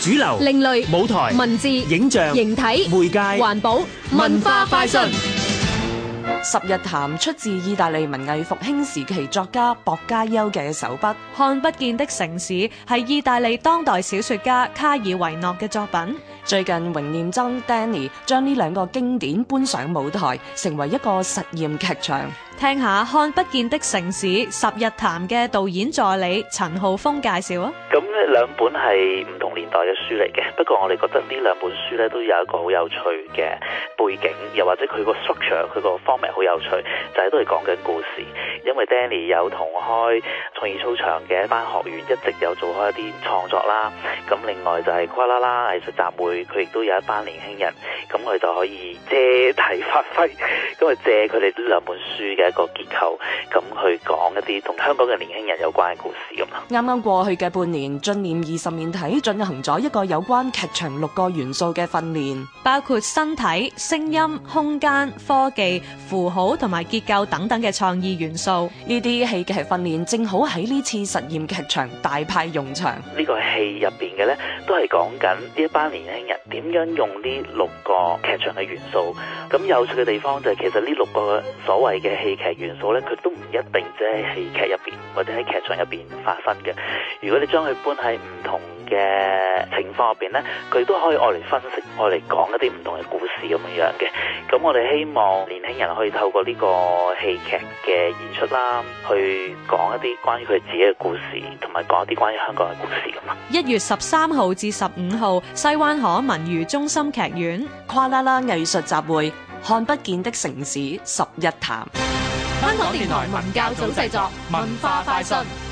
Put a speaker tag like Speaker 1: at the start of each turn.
Speaker 1: 主流、
Speaker 2: 另類、
Speaker 1: 舞台、
Speaker 2: 文字、
Speaker 1: 影像、
Speaker 2: 形體、
Speaker 1: 媒介、
Speaker 2: 環保、文化快訊。
Speaker 3: 十日談出自意大利文藝復興時期作家薄伽丘嘅手筆。
Speaker 4: 《看不見的城市》係意大利當代小說家卡爾維諾嘅作品。
Speaker 3: 最近榮念曾 Danny 將呢兩個經典搬上舞台，成為一個實驗劇場。
Speaker 4: 聽下《看不見的城市》十日談嘅導演助理陳浩峰介紹啊。
Speaker 5: 咁呢兩本係唔同年代嘅書嚟嘅，不過我哋覺得呢兩本書咧都有一個好有趣嘅背景，又或者佢個 structure 佢個 format 好有趣，就係、都係講緊故事。因為 Danny 有同開創意操場嘅一班學員，一直有做開一啲創作啦。咁另外就係跨啦啦藝術集會，佢亦都有一班年輕人，咁佢就可以借題發揮，咁啊借佢哋呢兩本書嘅一個結構，咁去講一啲同香港嘅年輕人有關嘅故事咁啦。啊
Speaker 3: 啱啱過去嘅半年，進念二十面體進行咗一個有關劇場六個元素嘅訓練。
Speaker 4: 包括身體、聲音、空間、科技、符號同埋結構等等嘅創意元素。
Speaker 3: 呢啲戲劇訓練正好喺呢次實驗劇場大派用場。
Speaker 5: 呢個戲入邊嘅呢，都係講緊呢一班年輕人點樣用呢六個劇場嘅元素。咁有趣嘅地方就係、其實呢六個所謂嘅戲劇元素呢，佢都唔一定只係戲劇入邊或者喺劇場入邊發生嘅。如果你將佢搬喺唔同嘅情況入邊呢，佢都可以愛嚟分析、愛嚟講一啲唔同嘅故事咁樣樣嘅。咁我哋希望年輕人可以透過呢個戲劇嘅演出啦，去講一啲關於佢自己嘅故事，同埋講一啲關於香港嘅故事咁啊啦。
Speaker 4: 一月十三號至十五號，西灣河文娛中心劇院。
Speaker 3: 跨啦啦藝術集會，看不見的城市十日談。
Speaker 2: 香港電台文教組製作，文化快訊。